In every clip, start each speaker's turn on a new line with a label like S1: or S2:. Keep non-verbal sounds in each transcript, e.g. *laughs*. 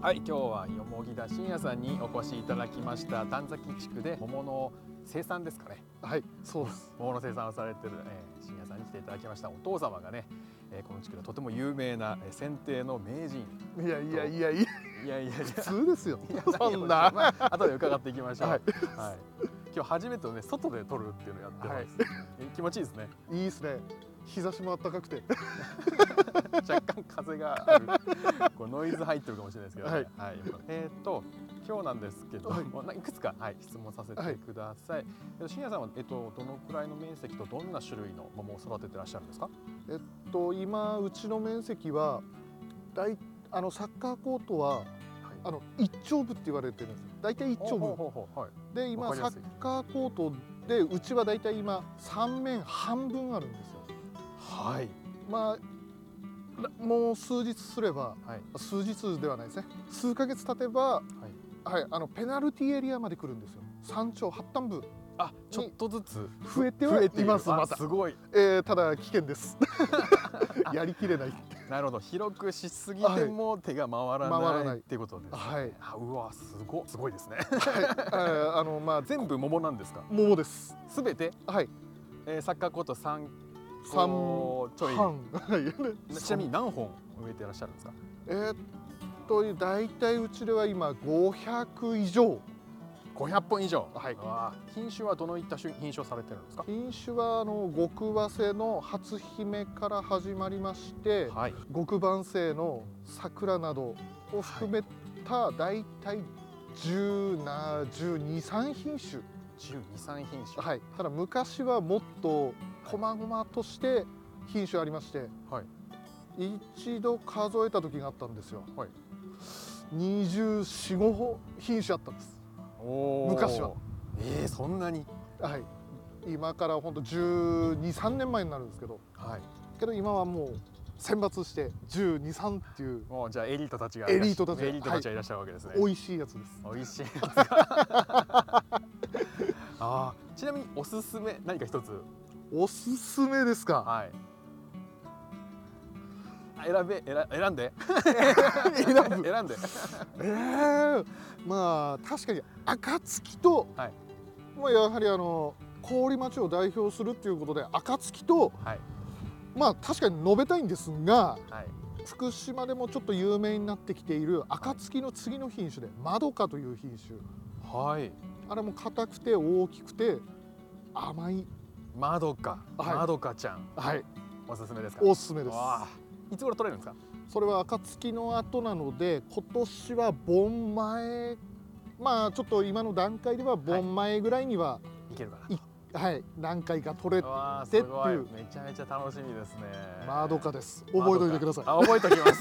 S1: はい今日はよもぎだ信也さんにお越しいただきました丹崎地区で桃の生産ですかね
S2: はい、そう
S1: *laughs*
S2: です。
S1: 桃の生産をされてる、えー、信也さんに来ていただきましたお父様がね、えーこの地区でとても有名な、えー剪定の名人
S2: いやいやいや
S1: いや
S2: いや、
S1: いやいや
S2: 普通ですよ
S1: いや。
S2: そん
S1: 何を
S2: な。
S1: まあ後で伺っていきましょう。は
S2: はいい。
S1: 今日初めてね外で撮るっていうのをやってます。え気持ちいいですね。
S2: いいですね。日差しも暖かくて。
S1: 若干風がある。こうノイズ入ってるかもしれないですけど、ね。は
S2: はいい。
S1: えーっと今日なんですけど、
S2: はい
S1: もうないくつかはい質問させて
S2: はい
S1: ください。えっと信也さんはえっとどのくらいの面積とどんな種類の桃を育ててらっしゃるんですか。
S2: と、今うちの面積は。だい、あのサッカーコートは。あの一丁部って言われてるんです。大体一
S1: ほ
S2: 丁
S1: うほう
S2: 部。
S1: ほうほうはい。
S2: で、
S1: わ
S2: 今
S1: かり
S2: サ
S1: やすい
S2: ッカーコートで、うちは大体今三面半分あるんですよ。
S1: はい。
S2: まあ。らもう数日すれば。
S1: はい。
S2: 数日ではないですね数ヶ月経てば、はいあのペナルティーエリアまで来るんですよ山頂八端部
S1: あちょっとずつ
S2: 増えてはいま
S1: 増え
S2: す
S1: ているあ
S2: また
S1: すごい。
S2: えーただ危険です
S1: *laughs*
S2: やりきれない
S1: なるほど広くしすぎ
S2: は
S1: て
S2: い
S1: も手が回らない,、
S2: 回らない
S1: っていうことです、ね、
S2: はい
S1: あうわすごすごいですね
S2: えーあのまあ
S1: 全部桃なんです
S2: *laughs*
S1: か
S2: 桃です
S1: すべて、
S2: はい
S1: えー、サッカーコート3
S2: 三
S1: 個ちょい
S2: 半はい
S1: ちなみに何本植えてらっしゃるんですか
S2: えーっと大体うちでは今500以上
S1: 500本以上
S2: はいう
S1: わ品種はどのいった種品種をされてるんですか
S2: 品種はあの極和製の初姫から始まりまして、
S1: はい
S2: 極晩生の桜などを含めた大体17123品種、
S1: 123品種
S2: はい、ただ昔はもっと細々として品種ありまして、
S1: は
S2: 一度数えた時があったんですよ、
S1: はい
S2: 245品種あったんです、
S1: おー
S2: 昔は
S1: えー、そんなに
S2: はい、今からほんと1213年前になるんですけど
S1: はい
S2: けど今はもう選抜して123っていう
S1: もうじゃあエリートたちが
S2: エリートたちが
S1: エリートたちがいらっしゃるわけですね、
S2: 美味しいやつです
S1: 美味しいですか *laughs* あーちなみにおすすめ何か一つ
S2: おすすめですか
S1: はいあ選べ選選んで
S2: 選
S1: *laughs*
S2: ぶ
S1: 選んで
S2: ええまあ確かに暁と、
S1: はい
S2: まあやはりあの氷町を代表するっていうことで暁と
S1: はい
S2: まあ確かに述べたいんですが
S1: はい
S2: 福島でもちょっと有名になってきている暁の次の品種でまどかという品種
S1: はい
S2: あれも硬くて大きくて甘い
S1: まどか
S2: はい
S1: まどかちゃん
S2: はい
S1: おすすめですか
S2: おすすめです
S1: わあいつ頃取れるんですか
S2: それは暁の後なので今年は盆前まあちょっと今の段階では盆前ぐらいには、
S1: いけるかな
S2: はい、何回か取れ
S1: わあ
S2: です
S1: ごい
S2: って
S1: めちゃめちゃ楽しみですね
S2: マードカです覚えておいてください
S1: あ覚えておきます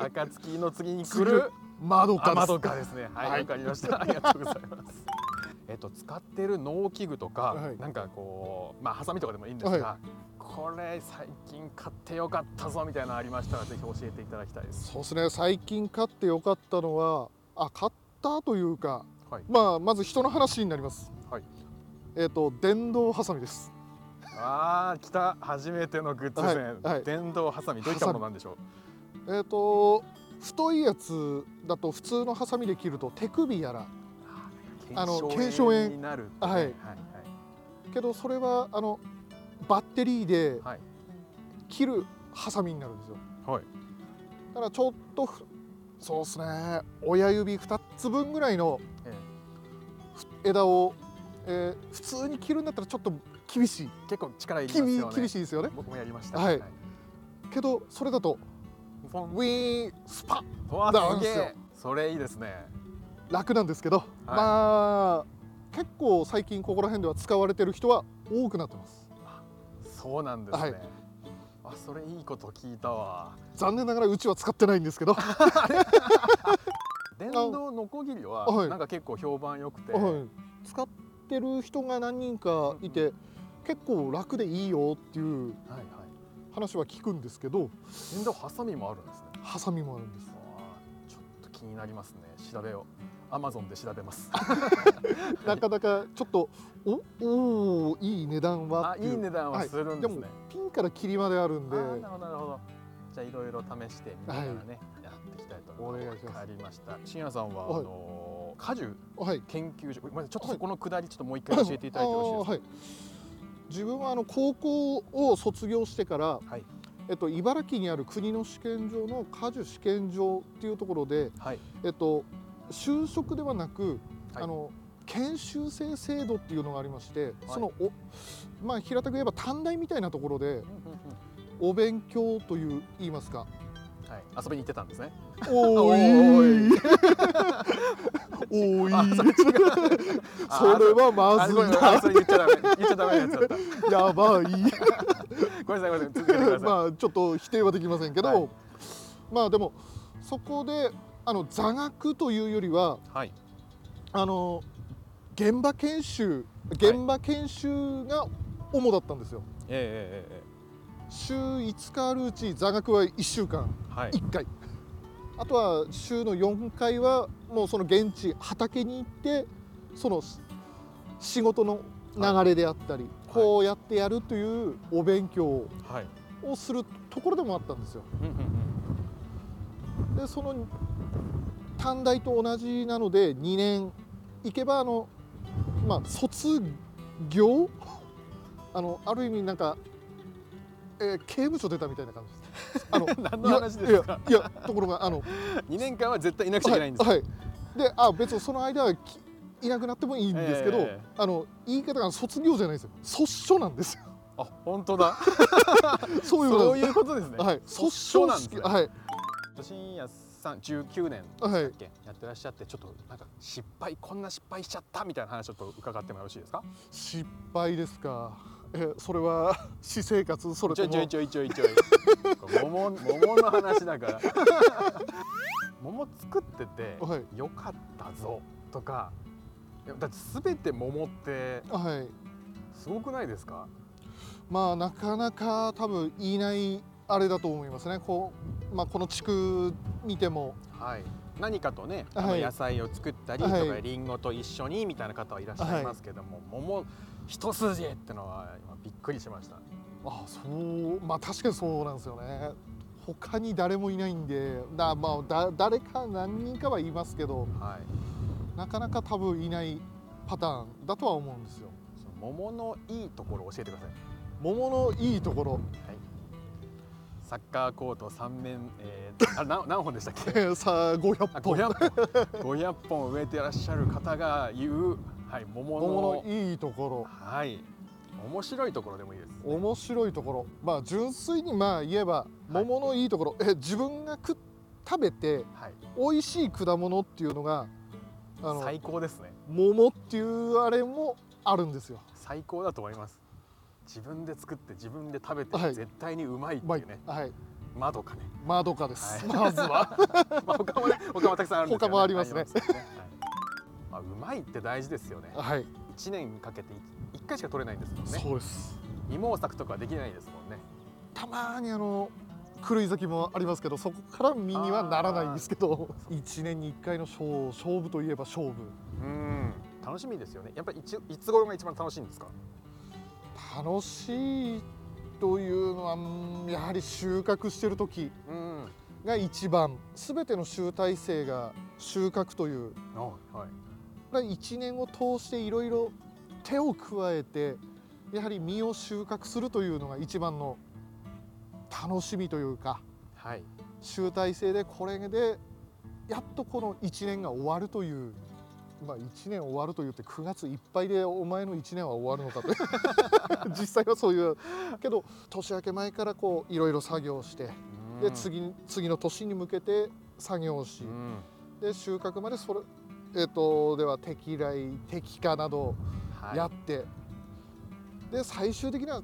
S1: *laughs* 暁の次に来る
S2: マードカ
S1: あ
S2: で
S1: マ
S2: す
S1: ドカですねはいわ、
S2: はい
S1: かりましたありがとうございます *laughs* えっと使ってる農機具とか、
S2: はい
S1: なんかこうまあハサミとかでもいいんですが、
S2: は
S1: これ最近買ってよかったぞみたいなのありましたらぜひ教えていただきたいです
S2: そうですね最近買ってよかったのはあ買ったというか、
S1: はい
S2: まあまず人の話になります
S1: はい
S2: えっ、と電動ハサミです
S1: あー来た初めてのグッズですね、
S2: はいはい
S1: 電動ハサミどういったものなんでしょう
S2: えっ、と太いやつだと普通のハサミで切ると手首やらあの
S1: 検証
S2: 検証
S1: 炎
S2: 炎
S1: になるってね、
S2: はい
S1: はい
S2: けどそれはあのバッテリーで
S1: はい
S2: 切るハサミになるんですよ
S1: はい
S2: だからちょっとふそうですね親指2つ分ぐらいの
S1: え
S2: 枝を、えー普通に切るんだったらちょっと厳しい
S1: え結構力いります
S2: 厳
S1: よね
S2: 厳しいですよね
S1: 僕もやりました
S2: はいけどそれだと
S1: フォン
S2: ウィーンスパッ
S1: うわ
S2: なん
S1: すげ
S2: ですよ
S1: えそれいいですね
S2: 楽なんですけど、まあ結構最近ここら辺では使われてる人は多くなってます
S1: そうなんですね、
S2: はい
S1: あそれいいこと聞いたわ
S2: 残念ながらうちは使ってないんですけど
S1: 電動ノコギリは
S2: はい
S1: なんか結構評判良くて、
S2: はい使ってる人が何人かいて結構楽でいいよっていう
S1: はいはい
S2: 話は聞くんですけど
S1: 電動ハサミもあるんですね
S2: ハサミもあるんです
S1: わあちょっと気になりますね調べようアマゾンで調べます
S2: なかなかちょっとおおーいい値段は
S1: あ
S2: って
S1: いい
S2: いう
S1: 値段はするんですね、
S2: ピンから切りまであるんで
S1: あーなるほどなるほどじゃあいろいろ試してみながらね、やっていきたいと思います。
S2: お願いします
S1: わかりました。深夜さんは、
S2: はい
S1: あのー果樹
S2: はい
S1: 研究所、ごめんなさいちょっと
S2: はい
S1: そこのくだりちょっともう一回教えていただいてよろしい
S2: あーはい自分はあの高校を卒業してから、
S1: はい
S2: えっと、茨城にある国の試験場の果樹試験場っていうところ
S1: で
S2: で、
S1: すか。はい。
S2: えっと、就職ではなく、
S1: はい
S2: あの研修生制度っていうのがありまして、
S1: はい
S2: そのお、まあ、平たく言えば短大みたいなところで
S1: うんうんうん
S2: お勉強という言いま
S1: *laughs*
S2: すか
S1: はい。遊びに行ってたんですね。
S2: おーい
S1: あ
S2: おーい
S1: それ違う。あ
S2: それは
S1: あ
S2: ま
S1: あ
S2: ず
S1: ごめんなさい。それ言っちゃダメ。
S2: *laughs*
S1: 言っちゃダメなやつだった。*laughs*
S2: いやばい
S1: ごめんなさい。ごめんなさい。続けてください。
S2: まあちょっと否定はできませんけど、
S1: はい
S2: まあでもそこであの座学というよりは
S1: はい。
S2: あの現場研修現場研修が主だったんですよ、
S1: えええええ
S2: 週5日あるうち座学は1週間
S1: えはい。
S2: 1回あとは週の4回はもうその現地畑に行ってその仕事の流れであったり、こうやってやるというお勉強
S1: はい。
S2: をするところでもあったんですよ
S1: うんうんうん。
S2: でその短大と同じなので2年行けばあの、まあ、卒業 *laughs* あのある意味なんか、えー刑務所出たみたいな感じです。あの
S1: *laughs* 何の話ですか。
S2: いやいやいやところがあの
S1: 二年間は絶対いなくちゃいけないんですよ。
S2: はい、はいであ別にその間はきいなくなってもいいんですけど、
S1: え
S2: あの言い方が卒業じゃないですよ卒所なんですよ *laughs*
S1: あ、本当だ。
S2: そういうこと
S1: そう
S2: で
S1: いうことですね。
S2: すはい
S1: 卒
S2: 卒
S1: 所
S2: 所
S1: なんです
S2: 式
S1: ね
S2: はい
S1: 深夜さん19年
S2: はい
S1: やってらっしゃってちょっとなんか失敗こんな失敗しちゃったみたいな話ちょっと伺ってもよろしいですか
S2: 失敗ですかえそれは *laughs* 私生活それ
S1: ちょ
S2: と
S1: いちょい
S2: も
S1: ちょいちょいちょいこれ桃桃の話だから *laughs* 桃作ってて
S2: はい
S1: 良かったぞとかいやだって全て桃って
S2: はい
S1: すごくないですか
S2: まあなかなか多分言いないあれだと思いますねこう、まあ、この地区見ても
S1: はい何かとね、あ
S2: は
S1: の
S2: い
S1: 野菜を作ったりと
S2: は
S1: か、
S2: い
S1: りんごと一緒にみたいな方はいらっしゃいますけども、桃一筋ってのは今びっくりしました
S2: あそうまあ確かにそうなんですよね他に誰もいないんでだまあだ誰か何人かはいますけど
S1: はい
S2: なかなか多分いないパターンだとは思うんですよ
S1: その桃のいいところを教えてください。
S2: 桃のいいところ
S1: サッカーコート三面、えー、あ *laughs* 何何本でしたっけ？
S2: *laughs* さあ
S1: あ
S2: 500
S1: 五
S2: 本
S1: 百本、五百本植えてらっしゃる方が言う、はい桃の
S2: 桃のいいところ
S1: はい面白いところでもいいです。
S2: 面白いところまあ純粋にまあ言えば桃のいいところ、え自分が食食べて
S1: はい、
S2: 美味しい果物っていうのがあの
S1: 最高ですね。
S2: 桃っていうあれもあるんですよ
S1: 最高だと思います。自分で作って自分で食べて、
S2: はい
S1: 絶対にうまいって
S2: ま
S1: いうね。
S2: あはい
S1: まどかね。
S2: まどかです、
S1: はい
S2: まずは
S1: *laughs* まあ他もね他もたくさんあるんですけど、
S2: 他もあります
S1: あ
S2: ね
S1: よねはいまあうまいって大事ですよね。
S2: *laughs* はい
S1: 一年かけて一一回しか取れないんですもんね。
S2: そうです
S1: 二毛作とかできないですもんね。
S2: たまにあの狂い咲きもありますけどそこから身にはならないんですけ *laughs* ど1年に1回の勝勝負といえば勝負
S1: うん楽しみですよねやっぱりいついつ頃が一番楽しいんですか
S2: 楽しいというのはうんやはり収穫してる時
S1: うん
S2: が一番全ての集大成が収穫という
S1: はいはい
S2: 1年を通していろいろ手を加えてやはり実を収穫するというのが一番の楽しみというか
S1: はい
S2: 集大成でこれでやっとこの1年が終わるという。まあ、1年終わると言って9月いっぱいでお前の1年は終わるのかと *laughs* 実際はそういうけど年明け前からこういろいろ作業してで次に次の年に向けて作業し、
S1: うん
S2: で収穫までそれ、えっとでは適来適化など
S1: はい
S2: やって、で最終的な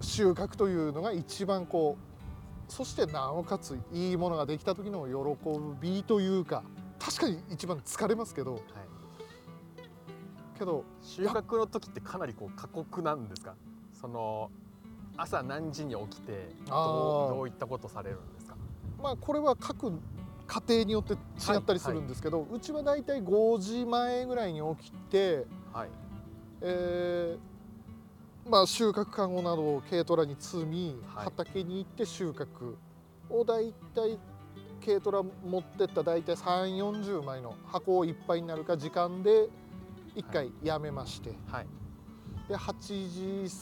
S2: 収穫というのが一番こうそしてなおかついいものができた時の喜びというか確かに一番疲れますけど
S1: はい
S2: けど
S1: 収穫の時ってかなりこう過酷なんですかその朝何時に起きてど
S2: あー
S1: うどういったことされるんですか
S2: まあこれは各家庭によって違ったりするんですけど、うちはだいたい5時前ぐらいに起きて。
S1: はい
S2: えーまあ、収穫かごなどを軽トラに積み、
S1: はい
S2: 畑に行って収穫を大体軽トラ持ってった大体3 4 0枚の箱をいっぱいになるか時間で1回やめまして、
S1: はい
S2: で8時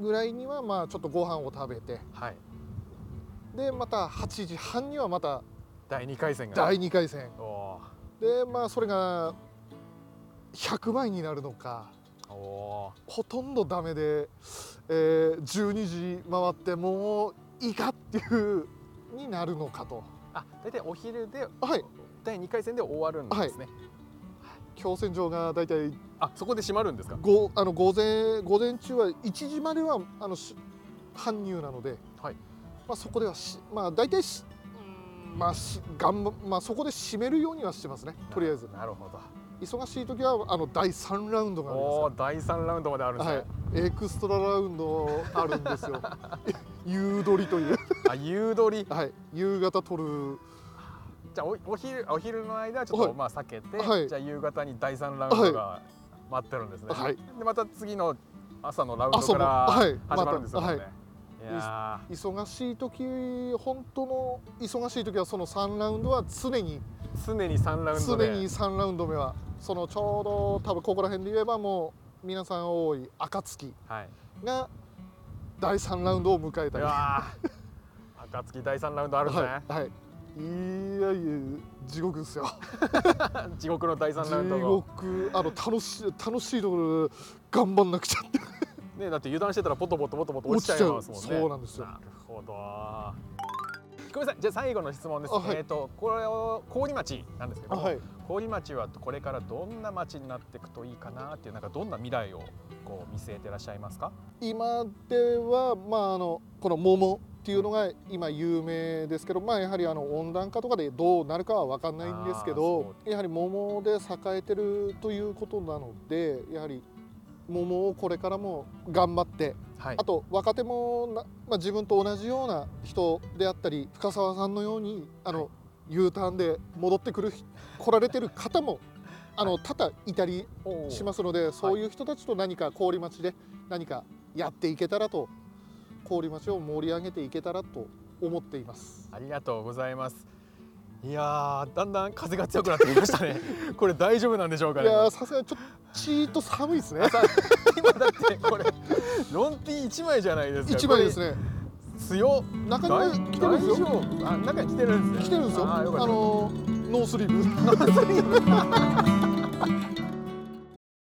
S2: ぐらいにはまあちょっとご飯を食べて
S1: はい
S2: でまた8時半にはまた
S1: 第二回戦が
S2: 第2回戦
S1: おお
S2: でまあそれが100枚になるのか
S1: ーお
S2: ほとんどダメで、えー12時回ってもういいかっていうになるのかと
S1: ーあ大体お昼で
S2: はい
S1: 第二回戦で終わるんですね、
S2: 強戦場が大体
S1: あそこで閉まるんですか
S2: ごあの午前午前中は1時まではあのし搬入なので、
S1: はい
S2: まあ、そこではし、まあ、大体し、うーんまあ、し頑張まあそこで締めるようにはしてますねとりあえず
S1: なるほど
S2: 忙しい時はあの第3ラウンドがあります
S1: おおー第三ラウンドまであるんですね、
S2: はい、エクストララウンドあるんですよ *laughs* 夕取りという、
S1: あ夕取り
S2: はい、夕方取る
S1: じゃあおお昼お昼の間はちょっと、
S2: はい
S1: まあ避けて、
S2: はい
S1: じゃあ夕方に第三ラウンドが待ってるんですね、
S2: はい
S1: でまた次の朝のラウンド
S2: 朝
S1: か
S2: も
S1: ら
S2: はい
S1: 始まるんですよね、
S2: はい
S1: い、や
S2: 忙しい時本当の忙しい時はその3ラウンドは常
S1: ー
S2: に
S1: 常に三ラウン
S2: 常
S1: ドで
S2: に3ラウンド目はそのちょうど多分ここら辺で言えばもう皆さん多い暁
S1: はい
S2: が第3ラウンドを迎え
S1: い
S2: たり
S1: やー暁第三ラウンドあるんですね、
S2: はい、はい、いやいや地獄ですよ
S1: 地獄の第三
S2: 地
S1: ラウンド
S2: 獄あの楽しい楽しいところで頑張んなくちゃって
S1: がねだって油断してたらポトポトポトポト落ちちゃいますもんね
S2: 落ちちゃうそうなんですよ
S1: なるほどごめんなさいじゃあ最後の質問です、
S2: あはい
S1: えっ、とこれを郡町なんですけども、
S2: はい
S1: 郡町はこれからどんな町になっていくといいかなっていうなんかどんな未来をこう見据えてらっしゃいますか
S2: 今ではまああのこの桃っていうのが今有名ですけどまあやはりあの温暖化とかでどうなるかは分かんないんですけどやはり桃で栄えてるということなのでやはり桃をこれからも頑張って
S1: はい
S2: あと若手もな、まあ、自分と同じような人であったり深澤さんのようにあの、
S1: はい
S2: U ターンで戻ってくる人来られてる方もあの多々いたりしますすのでそういう人たちと何か氷町で何かやっていけたらと氷町を盛り上げていけたらと思っています。
S1: ありがとうございますいやーだんだん風が強くなってきました
S2: *laughs*
S1: ねこれ大丈夫なんでしょう
S2: い
S1: かね
S2: やーさすがにちょっとちーっと寒いですね。
S1: さ今だってこれロンティ一枚じゃないですか
S2: 一枚ですね。
S1: これ強っ
S2: 中に
S1: 大
S2: は来てるんです
S1: 大丈
S2: よ。
S1: 夫あ中に来てるんですね
S2: 来てるんですよ。
S1: あ
S2: あ
S1: ーよかった
S2: のーノースリーブ。
S1: ノースリーブ